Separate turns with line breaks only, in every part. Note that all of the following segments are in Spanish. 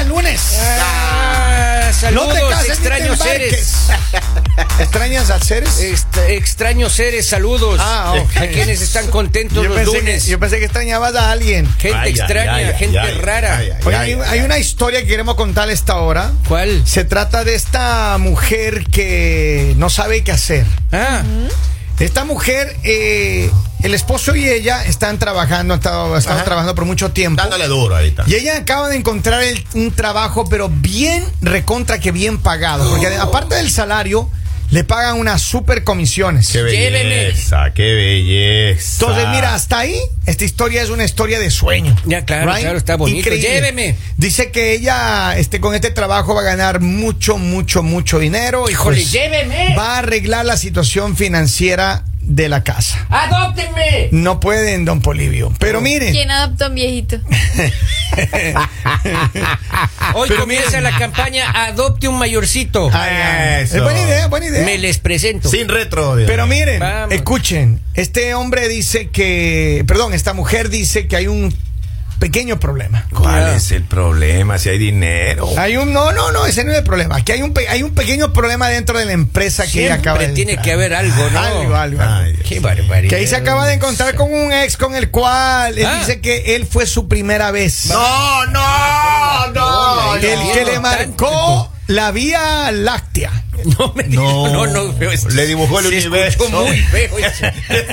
el lunes.
Ah, saludos,
No te cases, ni
extraños
te embarques.
seres.
¿Extrañas a seres?
Ext- Este, extraños seres, saludos.
Ah, ok.
A quienes están contentos
yo,
los
pensé que,
lunes.
yo pensé que extrañabas a alguien.
Gente
Ay, ay,
extraña,
ay, ay,
gente
ay,
rara.
ay, ay.
Oye, hay, hay una historia que queremos contar a esta hora.
¿Cuál?
Se trata de esta mujer que no sabe qué hacer.
Ah,
Esta mujer, eh, el esposo y ella están trabajando, han estado, han estado
Ajá.
trabajando por mucho tiempo.
Dándole duro ahorita.
Y ella acaba de encontrar el- un trabajo, pero bien recontra que bien pagado. Porque
Oh.
aparte del salario, le pagan unas super comisiones.
Qué
Lléveme.
belleza, qué belleza.
Entonces, mira, hasta ahí, esta historia es una historia de sueño.
Ya, claro, claro, está bonito. Lléveme.
Dice que ella este, con este trabajo va a ganar mucho, mucho, mucho dinero. y
híjole,
pues,
llévenme.
Va a arreglar la situación financiera de la casa.
Adóptenme. Oh.
No pueden, don Polivio. Pero miren,
¿Quién adopta a un viejito?
Hoy comienza la campaña Adopte un mayorcito.
Ay, ay,
Eso.
es buena idea, buena idea.
Me les presento.
Sin retro. Dios
Pero
mío.
miren,
Vamos.
escuchen, este hombre dice que, perdón, esta mujer dice que hay un pequeño problema.
¿Cuál es el problema? Si hay dinero.
Hay un no, no, no, ese no es el problema. Que hay un pe- hay un pequeño problema dentro de la empresa que ella acaba
Siempre
de
tiene
entrar.
que haber algo, ¿no?
Algo, algo.
Ay, Dios.
Qué barbaridad.
Que ahí se acaba de encontrar con un ex con el cual él
Ah.
dice que él fue su primera vez.
No, no, no.
el
no,
que
no,
le
tanto.
marcó la vía láctea.
No me
No.
no, no, feo, es-
Le dibujó el
se escuchó
universo.
muy feo.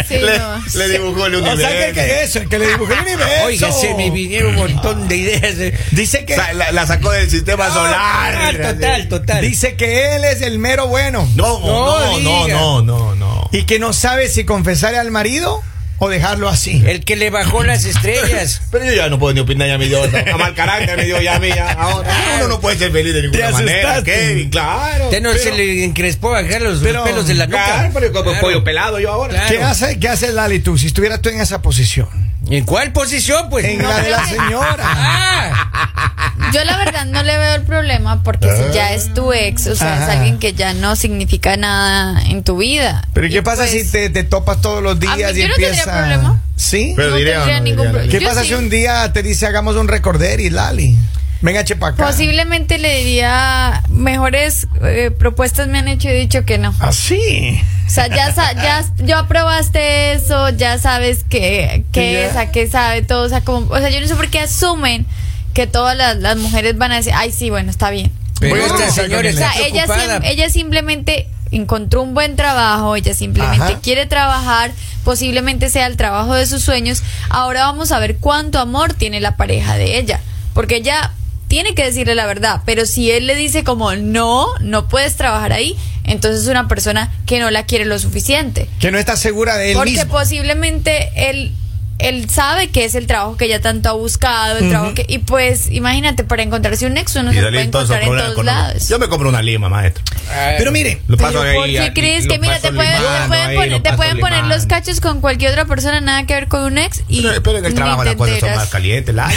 Sí,
le,
no.
le dibujó el
O sea,
universo.
que, que eso, el que le dibujó el universo.
Oiga, se me vinieron un montón de ideas. de-
Dice que
O sea, la, la sacó del sistema solar.
Total, total, total.
dice que él es el mero bueno.
No,
No
no, no,
diga.
no, no, no.
y que no sabe si confesar al marido o dejarlo así.
El que le bajó las estrellas.
Pero yo ya no puedo ni opinar ya mi Dios. A mal carácter me dio ya a mí. ya, ahora. Uno no puede ser feliz de ninguna
Te
manera.
asustaste.
Kevin, claro.
Usted no
pero-
se le encrespó a dejar los
pero-
pelos de la nuca.
Ah, Claro, pero como
Claro.
pollo pelado yo ahora.
Claro.
¿Qué hace, qué hace Lali tú si estuvieras tú en esa posición?
¿En cuál posición, pues?
En
No,
la de la señora.
Ah,
Yo la verdad no le veo el problema porque si ya es tu ex, o sea, es
Ajá.
alguien que ya no significa nada en tu vida.
Pero ¿y
Y
¿qué pasa
pues,
si te, te topas todos los días
mí
y
yo no tendría
empieza?
problema.
¿Sí?
Pero
No
diría,
tendría
no,
ningún
diría,
problema.
¿Qué
yo
pasa
sí.
si un día te dice hagamos un recorder y Lali? Venga, chepa acá.
Pues Posiblemente le diría mejores eh, propuestas me han hecho y he dicho que no.
Así.
O sea, ya, sa- ya, ya probaste eso, ya sabes qué,
Y
qué
ya.
es, a qué sabe todo. O sea, como, o sea, yo no sé por qué asumen que todas las, las mujeres van a decir, ay, sí, bueno, está bien.
pero
Bueno,
esta señora
o
O
está
sea, ella,
ocupada.
sim- ella simplemente encontró un buen trabajo, ella simplemente
Ajá.
quiere trabajar, posiblemente sea el trabajo de sus sueños. Ahora vamos a ver cuánto amor tiene la pareja de ella, porque ella tiene que decirle la verdad, pero si él le dice como no, no puedes trabajar ahí, entonces es una persona que no la quiere lo suficiente.
Que no está segura de él
Porque pues-
mismo.
posiblemente él, él sabe que es el trabajo que ella tanto ha buscado, el trabajo que, y pues imagínate, para encontrarse un ex uno
Y
se
salir
puede
todos esos
encontrar
problemas
en todos
económicos.
lados.
Yo me compro una lima, maestro.
Ah,
Pero mire,
Lo
Pero
paso ahí.
¿por qué
aquí,
crees
lo
que mira,
paso
te, pueden- te
limando ahí,
pueden
lo
poner, te
paso
pueden poner
limando.
los cachos con cualquier otra persona, nada que ver con un ex? Y
Pero, pero en el
ni
trabajo
te
las cosas son
enteras.
más calientes. La...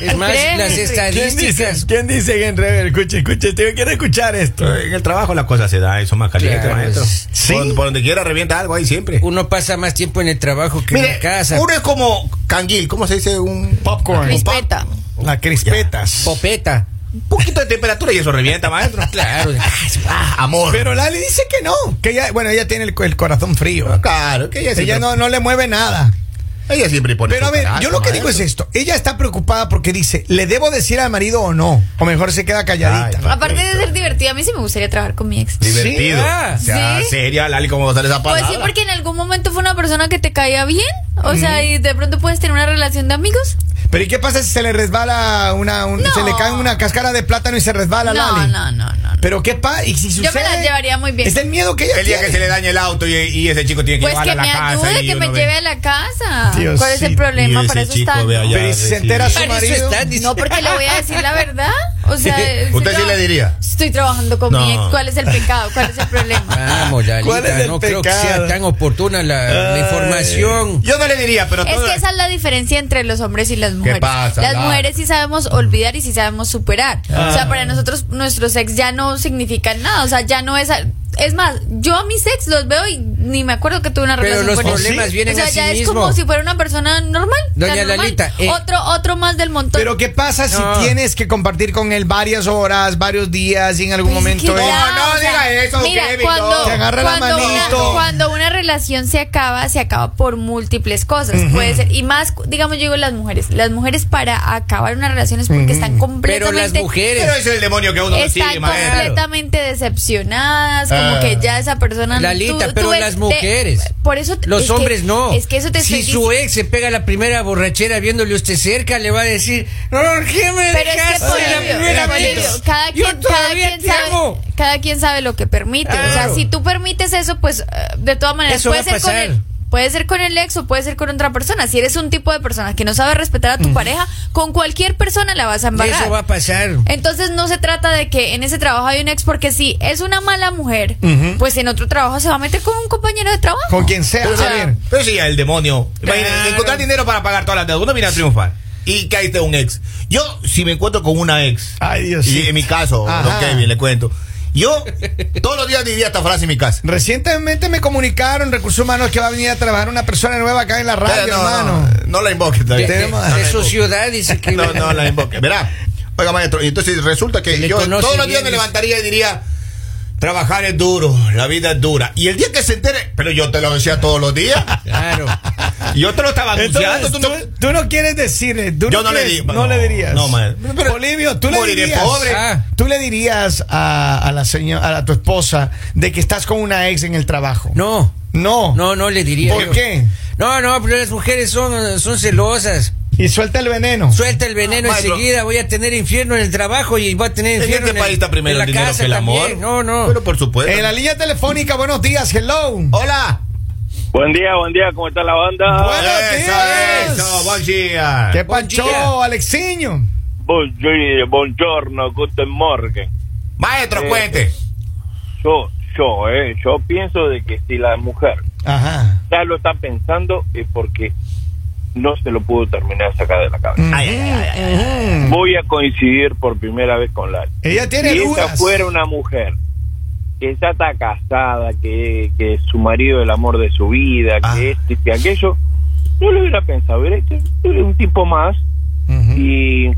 es más,
Créeme,
las
Enrique.
¿quién dice?
estadísticas.
¿Quién dice en rever? Escuche, escuche, te quiero escuchar esto.
en el trabajo las cosas se dan y son más calientes,
Claro,
maestro.
sí.
Por, por donde quiera revienta algo ahí siempre.
Uno pasa más tiempo en el trabajo que en la casa.
uno es como canguil, ¿cómo se dice? Un
Popcorn.
Crispeta.
Oh,
La crispetas.
Popeta.
Un poquito de temperatura y eso revienta, maestro.
Claro.
Ah, amor.
Pero Lali dice que no. Que ella, bueno, ella tiene el, el corazón frío.
Ah, claro, que ella siempre,
Ella no, no le mueve nada.
ella siempre pone
Pero a
su
ver,
carácter,
yo lo que digo
maestro.
es esto. Ella está preocupada porque dice, ¿le debo decir al marido o no? O mejor se queda
Ay,
calladita.
pa-
Aparte de ser divertida, a mí sí me gustaría trabajar con mi ex.
Divertido.
Sí, ah,
o sea,
sí.
seria, Lali, ¿cómo va a salir esa
Pues
palabra?
sí, porque en algún momento fue una persona que te caía bien. O sea, y de pronto puedes tener una relación de amigos.
Pero ¿y qué pasa si se le resbala una... un-
No.
Se le cae una cáscara de plátano y se resbala
No, no,
Lali?
no, no. no.
Pero ¿qué pasa? ¿Y si sucede?
me la llevaría muy bien.
Es el miedo que ella
El día que
tiene.
se le dañe el auto y, y ese chico tiene que
Pues
llevarla
que
a la
me
casa.
ayude,
y
que me
uno ve-
lleve a la casa.
Dios,
¿Cuál es
sí.
el problema?
Y
Para
ese
eso está.
chico ve allá.
Pero ¿y si se entera su
Para eso
marido?
está, dice.
No, porque le voy a decir la verdad. O sea,
Sí.
estoy
¿Usted sí
traba-
le diría?
Estoy trabajando con mi
No.
ex. ¿Cuál es el pecado? ¿Cuál es el problema?
Vamos,
¿Cuál es
Lalita,
el
no creo que
pecado?
sea tan oportuna la, la información.
Ah. Yo no le diría, pero
Es
todo-
que esa es la diferencia entre los hombres y las mujeres.
pasa,
las
Ah.
la-
mujeres sí sabemos olvidar y sí sabemos superar. O sea, para nosotros nuestros ex ya no significan nada. O sea, ya no es a- es más, yo a mis ex los veo y ni me acuerdo que tuve una
Pero
relación
los
con ellos.
problemas
¿Sí?
vienen
o sea,
a sí
ya es
mismo.
como si fuera una persona normal.
Doña
tan normal.
Lalita, eh.
otro, otro más del montón.
Pero ¿qué pasa si
No.
tienes que compartir con él varias horas, varios días y en algún
Pues es que
momento... ¿eh? él-
ya,
No, no
o sea,
diga eso,
Mira,
Kevin,
cuando,
no.
Se agarra la
cuando una-
manito.
cuando una relación se acaba, se acaba por múltiples cosas. Puede ser, y más, digamos, yo digo las mujeres. Las mujeres para acabar una relación es porque están
Pero
completamente.
las mujeres.
Pero ese es el demonio que uno le
Están
sigue, maestro.
completamente decepcionadas, como
Ah.
que ya esa persona no-
Lalita,
tú-
pero
tú ex-
las
te-
mujeres.
por eso te-
Los
es que-
hombres no.
Es que eso te
Si
estoy
su
dic-
ex se pega la primera borrachera viéndole usted cerca, le va a decir, ¿por qué me
Pero es que
dejaste
por
la
ello,
primera
por
vez?
ello, cada
Yo
quien, cada
todavía
quien
te
sabe,
amo".
cada quien sabe lo que permite. O sea,
Claro.
si tú permites eso, pues eh, de todas maneras
Eso va
puede
a
ser con
pasar.
el, puede ser con el ex o puede ser con otra persona. Si eres un tipo de persona que no sabe respetar a tu pareja, con cualquier persona la vas a embarrar.
Eso va a pasar.
Entonces no se trata de que en ese trabajo hay un ex, porque si es una mala mujer, pues en otro trabajo se va a meter con un compañero de trabajo.
Con quien sea.
Pero,
A
sí,
ver.
pero sí, el demonio. Imagínate,
Claro.
encontrar dinero para pagar todas las deudas. Uno viene a triunfar. Y caíste un ex. Yo, si me encuentro con una ex.
Ay, Dios
Y
mío.
en mi caso,
Ajá.
don Kevin, le cuento. Yo, todos los días diría esta frase en mi casa.
Recientemente me comunicaron recursos humanos que va a venir a trabajar una persona nueva acá en la radio,
Pero no,
hermano.
No, no la invoques
De,
todavía.
de-
tema.
de su ciudad dice que
No, no la invoques. Verá. Oiga, maestro, y entonces resulta que
Le
yo
conoce
todos los
bien,
días me
dice.
levantaría y diría. Trabajar es duro, la vida es dura. Y el día que se entere, pero yo te lo decía todos los días.
Claro.
Yo te lo estaba anunciando.
Entonces,
tú
tú,
no-
tú no quieres decirle. tú
Yo no le
quieres-
di-
No,
no,
le dirías.
no, man. Pero-
Polibio, tú le
Moriré
dirías.
pobre.
Ah.
Tú le dirías a, a la señora, a la- tu esposa de que estás con una ex en el trabajo.
No,
No.
no, no le diría.
¿Por
yo.
qué?
No, no, pero las mujeres son, son celosas.
Y suelta el veneno.
Suelta el veneno
Ah, maestro.
enseguida, voy a tener infierno en el trabajo y voy a tener
En
infierno
este
en, el-
país está primero
en la
el dinero
casa
que el amor.
también. No, no.
Pero por supuesto.
en la línea telefónica, buenos días, hello.
Hola.
Buen día, buen día, ¿cómo está la banda?
Bueno. Buenos
Eso,
días.
eso, buen día.
¿Qué
buen
pancho,
día.
Alexiño?
Buongiorno, buongiorno, guten morgen.
Maestro,
Eh,
cuente.
Yo, yo, eh, yo pienso de que si la mujer
Ajá.
ya lo está pensando es porque no se lo pudo terminar de sacar de la cabeza.
Ay, ay, ay, ay.
Mm.
Voy a coincidir por primera vez con Lali.
Ella tiene
si esa
dudas.
fuera una mujer que ya está casada, que, que su marido es el amor de su vida,
Ah.
que este, que aquello, no lo hubiera pensado, hubiera dicho, "Eres un tipo más
Ujú.
y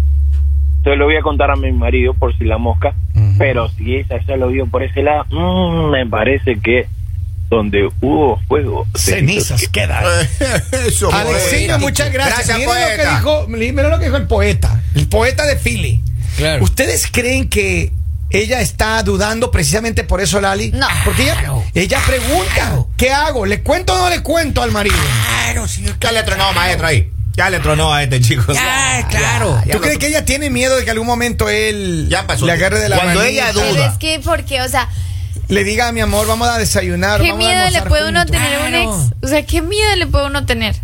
te lo voy a contar a mi marido por si la mosca, pero si ella ya lo vio por ese lado, mm, me parece que donde hubo fuego, se
Cenizas quedan.
Eso,
Alexinho,
poético.
muchas gracias.
Gracias,
miren, lo que
poeta.
dijo, miren lo que dijo el poeta, el poeta de Philly.
Claro.
¿Ustedes creen que ella está dudando precisamente por eso, Lali?
No.
Porque ella, ella pregunta, ¿qué hago? ¿Le cuento o no le cuento al marido?
Ah,
Claro, señor.
Ya le tronó, maestro, ahí. Ya le tronó a este chico.
Ah, claro.
¿Tú crees que ella tiene miedo de que algún momento él
Ya pasó.
le agarre de la
Cuando
manita,
ella
Pero
duda.
es que porque, o sea,
le diga, mi amor, vamos a desayunar,
¿Qué
vamos a
miedo le
almorzar
puede uno
juntos"?
tener a un
Claro.
ex? O sea, ¿qué miedo le puede uno tener?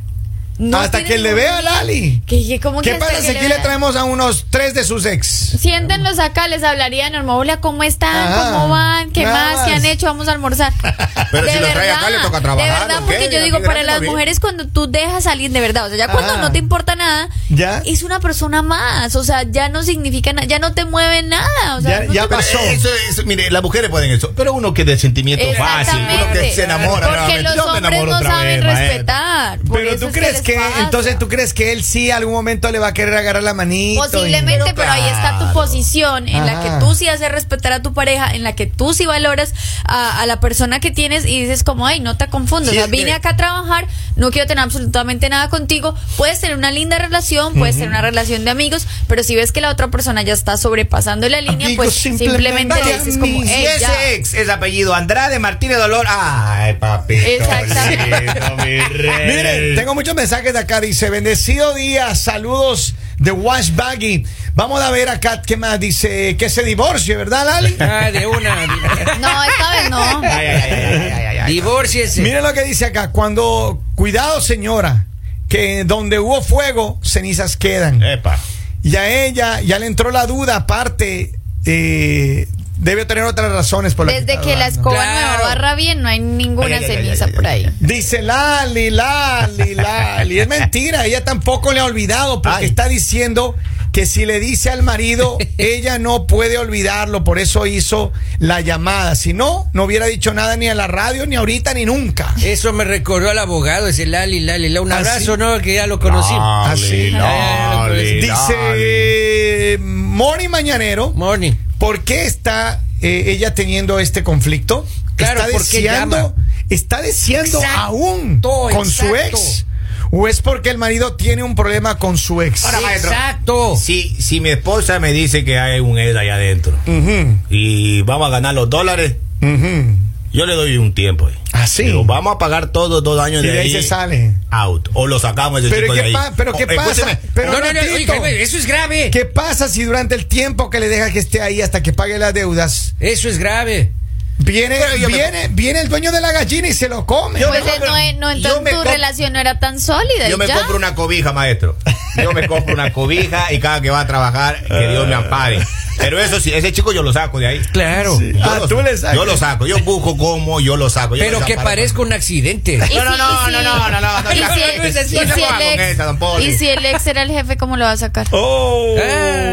No
Hasta
tiene
que le
ningún
vea a
miedo.
Lali.
¿Qué, qué, cómo
¿Qué
que hasta
pasa
que
si aquí
vea?
le traemos a unos tres de sus ex?
Siéntenlos acá, les hablaría Norma. Hola, ¿cómo están?
Ajá.
¿Cómo van? ¿Qué
Nada
más? ¿Qué
más.
han hecho? Vamos a almorzar.
Pero si los trae acá, le toca trabajar,
De verdad,
¿o qué?
porque yo
Aquí
digo, para
gratis
las
también.
mujeres, cuando tú dejas a alguien de verdad, o sea, ya cuando
Ajá.
no te importa nada,
Ah. Ya.
es una persona más. O sea, ya no significa nada, ya no te mueve nada. O sea,
Ya-
no
ya
te-
pasó.
Pero Eso, eso, mire, las mujeres pueden eso. Pero uno que es de sentimiento fácil,
Exactamente.
uno que se enamora.
Porque
nuevamente.
los
Yo me
hombres
enamoro
no
otra
saben
vez, maestro.
respetar. por
Pero
eso
tú
es que
crees
les
que,
pasa.
entonces tú crees que él sí algún momento le va a querer agarrar la manita.
Posiblemente, pero, ahí está tu
claro.
posición en la
Ajá.
que tú sí haces respetar a tu pareja, en la que tú sí valoras a, a la persona que tienes y dices como, ay, no te confundo,
Sí,
o sea,
es
vine
que-
acá a trabajar, no quiero tener absolutamente nada contigo, puedes tener una linda relación, puedes tener una relación de amigos, pero si ves que la otra persona ya está sobrepasando la línea,
Amigos,
pues
simplemente
simplemente, le dices como,
amigos.
Si
hey, ya.
ese ex es apellido Andrade Martínez Dolor. Ay, papito.
Exactamente.
lindo, mi rey.
Miren, tengo muchos mensajes de acá. Dice, bendecido día, saludos de Wash Baggy. Vamos a ver acá qué más dice, que se divorcie, ¿verdad, Lali?
Ah, de una.
No, esta vez no.
Ay, ay, ay, ay, ay, ay, ay.
Divórciese.
Miren lo que dice acá. Cuando, cuidado señora, que donde hubo fuego, cenizas quedan.
Epa.
Y a ella ya le entró la duda, aparte, eh, debe tener otras razones por las
Desde
está
que la
dudando.
escoba
Claro.
no barra bien, no hay ninguna
Ay, ay, ay,
ceniza
ay, ay,
por
ay,
ahí.
Dice Lali, Lali, Lali. Es mentira, ella tampoco le ha olvidado porque
Ay.
está diciendo que si le dice al marido, ella no puede olvidarlo, por eso hizo la llamada. Si no, no hubiera dicho nada ni a la radio, ni ahorita, ni nunca.
Eso me recordó al abogado, ese Lali, Lali, Lali. Un
¿Ah, sí?
abrazo, ¿no? Que ya lo conocí.
Ah, sí.
Dale, dale, dale.
Dice Moni Mañanero,
Morning.
¿por qué está eh, ella teniendo este conflicto?
Claro,
está
¿por qué llama?
deseando, está deseando
Exacto,
aún con su
exacto.
ex. ¿O es porque el marido tiene un problema con su ex?
Ahora, maestro.
Exacto.
Si, si mi esposa me dice que hay un ED allá adentro
Ujú,
y vamos a ganar los dólares,
ujú.
yo le doy un tiempo. ahí.
Ah, sí.
Digo, vamos a pagar todos dos años
Y
de,
de ahí se sale.
Out. O lo sacamos ese
Pero
chico
¿qué,
de ahí.
pa- pero
O-
¿qué
escúcheme,
pasa? Pero
no, no, no,
Tito,
oiga, eso es grave.
¿Qué pasa si durante el tiempo que le deja que esté ahí hasta que pague las deudas,
Eso es grave.
viene,
Pero yo me-
viene, viene el dueño de la gallina y se lo come?
Yo
Pues
me
eh,
compro-
no, eh, no,
yo
entonces
me
tu
compro-
relación no era tan sólida.
Yo
y
me
ya.
compro una cobija, maestro. Yo me compro una cobija y cada que va a trabajar,
Ah.
que Dios me ampare. Pero eso sí, ese chico yo lo saco de ahí.
Claro.
Yo
Ah,
lo-
tú le sacas.
Yo lo saco, yo busco cómo, yo lo saco. yo
Pero
lo
que
saco para-
parezca un accidente.
Y
No, no,
si-
no,
y
no,
si-
no, no, no, no,
y
ya-
si
no
el ex-
se
y si
ponga
el
con esa, don
ex-
Poli.
Y si el ex era el jefe, ¿cómo lo va a sacar?
Oh.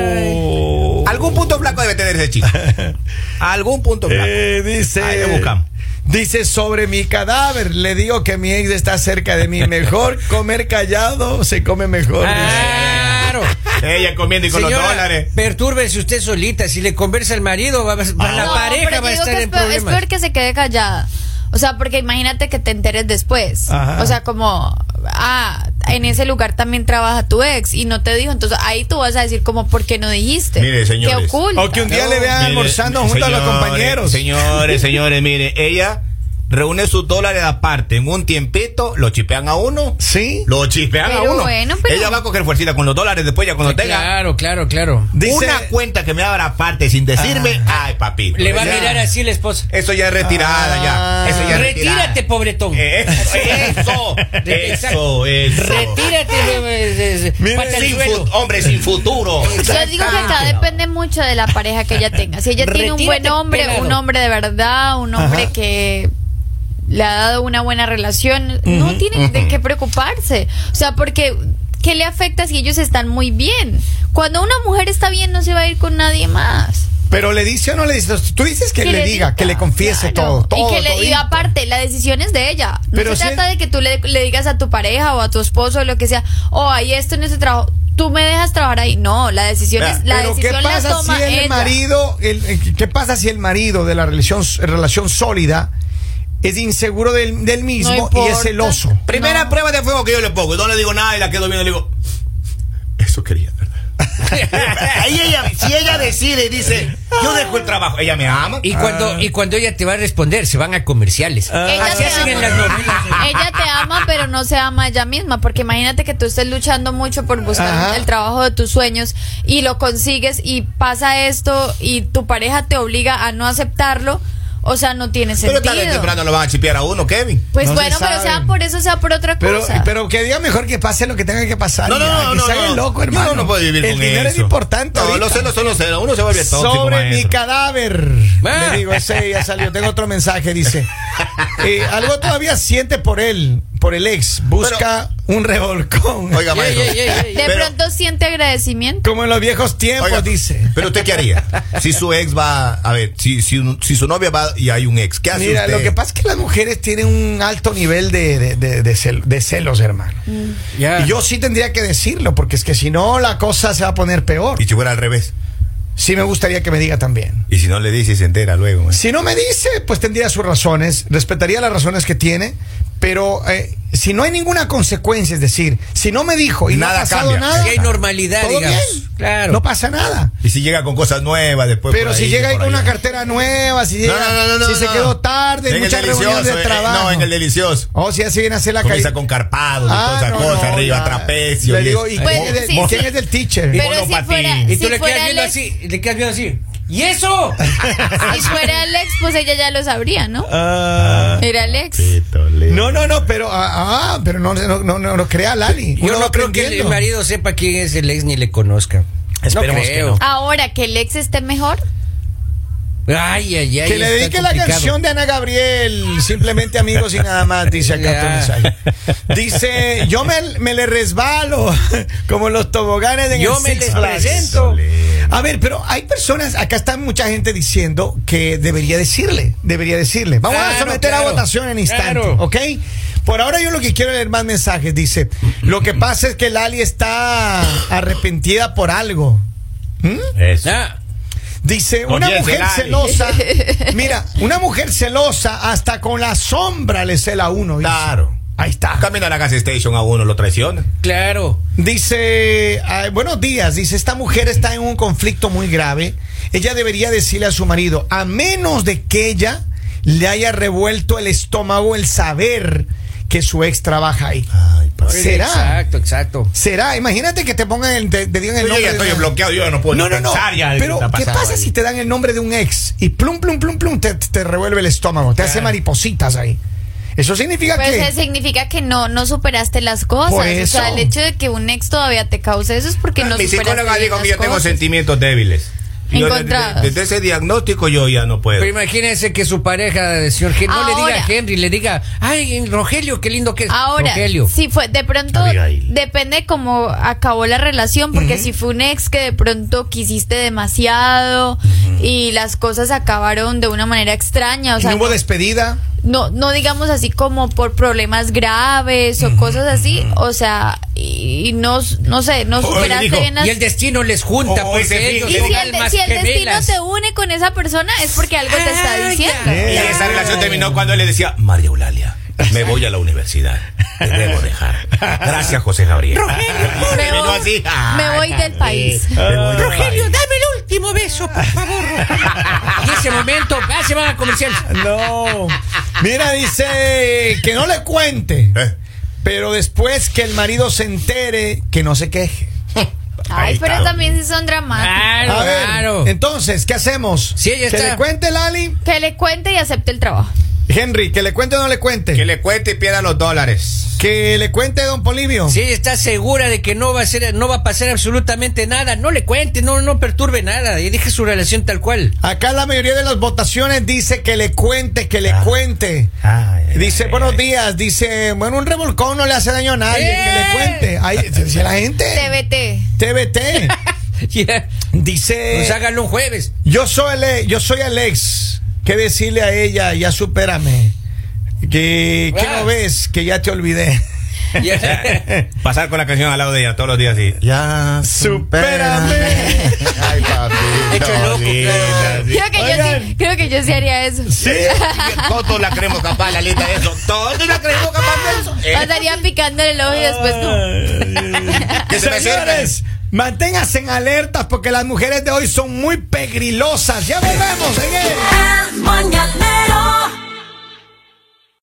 Ay.
Algún punto blanco debe tener ese chico. Algún punto blanco.
Eh, dice.
Ahí le buscamos.
Dice sobre mi cadáver. Le digo que mi ex está cerca de mí. Mejor comer callado se come mejor.
Claro.
Ella comiendo y con los
Señora,
dólares.
pertúrbese usted solita. Si le conversa el marido, va, va- la
Ah. No,
pareja
pero
va a
yo digo
estar
que
en
es, peor, es
problemas.
peor que se quede callada. O sea, porque imagínate que te enteres después.
Ajá.
O sea, como, ah, en ese lugar también trabaja tu ex y no te dijo. Entonces ahí tú vas a decir como, ¿por qué no dijiste?
Mire, señores.
¿Qué oculta?
O que un día le vean
Mire,
almorzando junto a los
señores,
compañeros.
Señores, señores, mire, ella reúne sus dólares aparte en un tiempito, lo chipean a uno.
Sí.
Lo chispean a
Pero
uno.
bueno, pero-
Ella va a coger fuercita con los dólares después ya cuando tenga
Claro, claro, claro.
Dice- Ah.
una cuenta que me abra aparte sin decirme, ay papito.
Le va a
Ya.
mirar así la esposa.
Eso ya es retirada, ya. Eso Eh, ya es
Retírate,
retirada.
pobretón.
Eso, eso, eso.
Retírate, eh, eh, eh,
Mire,
pata al
Sin
suelo.
fut- hombre sin futuro.
Yo digo que acá depende mucho de la pareja que ella tenga. Si ella tiene un buen
Retírate,
hombre, un
pelado.
hombre de verdad, un hombre
Ajá.
que le ha dado una buena relación, no tiene de qué preocuparse. O sea, porque ¿qué le afecta si ellos están muy bien? Cuando una mujer está bien no se va a ir con nadie más.
Pero le dice o no le dice. Tú dices que
¿Qué
le diga, que le confiese
claro.
todo, todo.
Y, que le, y
todito.
aparte, la decisión es de ella. No
Pero
se
si-
trata de que tú le, le digas a tu pareja o a tu esposo o lo que sea, oh, hay esto en ese trabajo. Tú me dejas trabajar ahí. No, la decisión
Vea,
es la
Pero ¿qué
decisión la
pasa
toma
si el
ella.
marido, el- el- qué pasa si el marido de la relación, relación sólida es inseguro del, del mismo y es
importa.
celoso?
Primera
No.
prueba de fuego que yo le pongo. No le digo nada y la quedo viendo y le digo, eso quería, ¿verdad? Ahí ella, si ella decide y dice, yo dejo el trabajo, ella me ama.
Y cuando, y cuando ella te va a responder, se van a comerciales.
Ah. Ella
Así
te
hacen
ama.
en las novelas.
Ella te ama, pero no se ama ella misma. Porque imagínate que tú estés luchando mucho por buscar
Ajá.
el trabajo de tus sueños y lo consigues y pasa esto y tu pareja te obliga a no aceptarlo. O sea, no tiene
pero
sentido.
tarde o temprano lo van a chipear a uno, Kevin.
Pues
No se
bueno, pero
sabe.
sea por eso, sea por otra
Pero,
cosa.
pero que diga mejor que pase lo que tenga que pasar.
No, no,
ya,
no,
que
no.
se haga el
no.
loco,
Yo
hermano.
no puedo vivir
el
con
dinero es
eso.
importante.
No,
ahorita.
los celos son los celos. Uno se vuelve tóxico,
Sobre mi
maestro.
cadáver.
Ah.
Le digo, ese ya salió. Tengo otro mensaje, dice. Eh, algo todavía siente por él, por el ex. Busca un revolcón.
Oiga,
Ey,
maestro.
ey, ey, ey.
de
pero-
pronto siente agradecimiento.
Como en los viejos tiempos,
Oiga,
dice.
Pero usted qué haría si su ex va, a ver, si, si, un- si su novia va y hay un ex, ¿qué hace
Mira,
usted?
lo que pasa es que las mujeres tienen un alto nivel de, de- de- de cel- de celos, hermano.
Mm.
Ya.
Y yo sí tendría que decirlo, porque es que si no, la cosa se va a poner peor.
Y si fuera al revés.
Sí me gustaría que me diga también.
Y si no le dice y se entera luego. man.
Si no me dice, pues tendría sus razones, respetaría las razones que tiene, pero eh, si no hay ninguna consecuencia, es decir, si no me dijo y no
Nada
ha pasado
cambia.
nada,
Si hay normalidad,
todo
digamos.
bien,
Claro.
no pasa nada.
Y si llega con cosas nuevas después.
Pero
por
si
ahí,
llega ahí
por
con una
allá.
cartera nueva, si,
No,
llega,
no, no, no,
si
no,
se
no.
quedó tarde,
En
muchas
el
reuniones
delicioso,
de
eh,
trabajo.
no, en el delicioso.
O si así viene a hacer la
Comienza
calle.
con carpados y
Ah,
todas esas
no,
cosas
no,
arriba,
ya.
trapecio.
Le
y
digo,
es-
¿y eh,
Pues,
quién, es del-
sí,
quién
sí.
es del teacher?
Pero si
monopatín.
fuera,
Y
si
tú le quedas
fuera el
viendo
ex,
así, le quedas viendo así. ¡Y eso!
si fuera el ex, pues ella ya lo sabría, ¿no?
Ah,
Era el ex.
Pito, le-
no, no, no, pero ah, ah, pero no, no, no, no, no crea Lali.
Yo
Uno va
no creo que el
aprendiendo.
marido sepa quién es el ex ni le conozca.
Esperemos
no
que
creo.
no.
Ahora que el ex esté mejor,
Ay, ay, ay.
Que le
está
dedique la
complicado.
canción de Ana Gabriel, simplemente amigos y nada más, dice acá tu
Ya.
mensaje. Dice, yo me, me le resbalo, como los toboganes en
Yo
el
me
Six
les
Flags.
presento.
A ver, pero hay personas, acá está mucha gente diciendo que debería decirle, debería decirle. Vamos a
Claro,
someter a
claro.
votación en instante,
Claro.
¿ok? Por ahora yo lo que quiero es leer más mensajes, dice. Lo que pasa es que Lali está arrepentida por algo. ¿Mm?
Eso.
Ah,
Dice,
Con
una
diez
mujer
delante.
celosa. Mira, una mujer celosa hasta con la sombra le cela a uno. dice.
Claro.
Ahí está.
Camino a la gas station a uno lo traiciona.
claro.
Dice, ay, buenos días. Dice, esta mujer está en un conflicto muy grave. Ella debería decirle a su marido, a menos de que ella le haya revuelto el estómago el saber que su ex trabaja ahí.
Ay, padre.
¿Será?
Exacto, exacto.
Será, imagínate que te pongan el, te, te digan
Yo
el nombre
ya
de
estoy
una-
bloqueado, yo ya no puedo
No,
ni
no, no.
pensar ya
Pero,
está
¿qué
pasado
pasa
ahí.
si te dan el nombre de un ex y plum, plum, plum, plum, te, te revuelve el estómago? Te hace maripositas ahí. Eso significa
Pues
que.
eh, significa que no, no superaste las cosas.
Por
O sea,
eso.
el hecho de que un ex todavía te cause eso es porque no
Mi
superaste
psicóloga
bien
dijo que
las
yo tengo
cosas.
sentimientos débiles. Y yo desde-
Encontrados.
desde ese diagnóstico yo ya no puedo.
Pero imagínese que su pareja, señor Henry, no le
Ahora.
diga Henry, le diga, ay, Rogelio, qué lindo que es.
Ahora,
Rogelio.
si fue, de pronto
Abigail.
depende cómo acabó la relación, porque si fue un ex que de pronto quisiste demasiado y las cosas acabaron de una manera extraña, o sea,
no hubo
no,
despedida.
no, no digamos así como por problemas graves o cosas así, o sea, y, y no, no sé, no
Oye,
superaste
dijo,
bien las
Y el destino les junta,
Oh,
pues
se fija-
Y si
Tengo
el, de- si el destino te une con esa persona es porque algo te
Ah,
está
ya.
diciendo.
Y
Eh.
esa relación terminó cuando él le decía, María Eulalia, me voy a la universidad. Te debo dejar. Gracias, José Gabriel.
Me
Terminó
voy-
así. Ah,
me voy del país.
me voy del
Rogelio,
país.
dame el último beso, por favor. en ese momento, ah, se van a comercial.
No. Mira, dice que no le cuente.
Eh.
Pero después que el marido se entere, que no se queje.
Ay,
Ahí
pero
está.
también sí son dramáticos.
Claro,
A ver,
claro.
Entonces, ¿qué hacemos?
Sí, ella
que
está-
le cuente Lali.
Que le cuente y acepte el trabajo.
Henry, que le cuente o no le cuente.
Que le cuente y pierda los dólares.
Que le cuente don Polivio.
Si ella está segura de que no va a ser, no va a pasar absolutamente nada, no le cuente, no, no perturbe nada. Y deje su relación tal cual.
Acá la mayoría de las votaciones dice que le cuente, que le
Ah.
cuente.
Ay, ay,
Dice,
ay,
buenos
ay.
días. Dice, bueno, un revolcón no le hace daño a nadie.
¡Eh!
Que le cuente. Ahí dice la gente.
TBT.
TBT.
Ya. Pues
dice,
hágalo un jueves.
yo soy, el, yo soy Alex. ¿Qué decirle a ella? Ya supérame. Que, ¿Qué
Ah.
no ves? Que ya te olvidé.
Ya.
Pasar con la canción al lado de ella todos los días así. Ya,
supérame.
Ay, papi.
Hecho loco, claro.
Creo que, yo
Oigan.
sí, creo que yo sí haría eso.
Sí, todos la creemos capaz, la lista de eso. Todos la creemos capaz de eso. Eh,
Pasaría picándole el ojo y después no.
que se me
Señores, manténganse en alertas porque las mujeres de hoy son muy pegrilosas. Ya volvemos en el-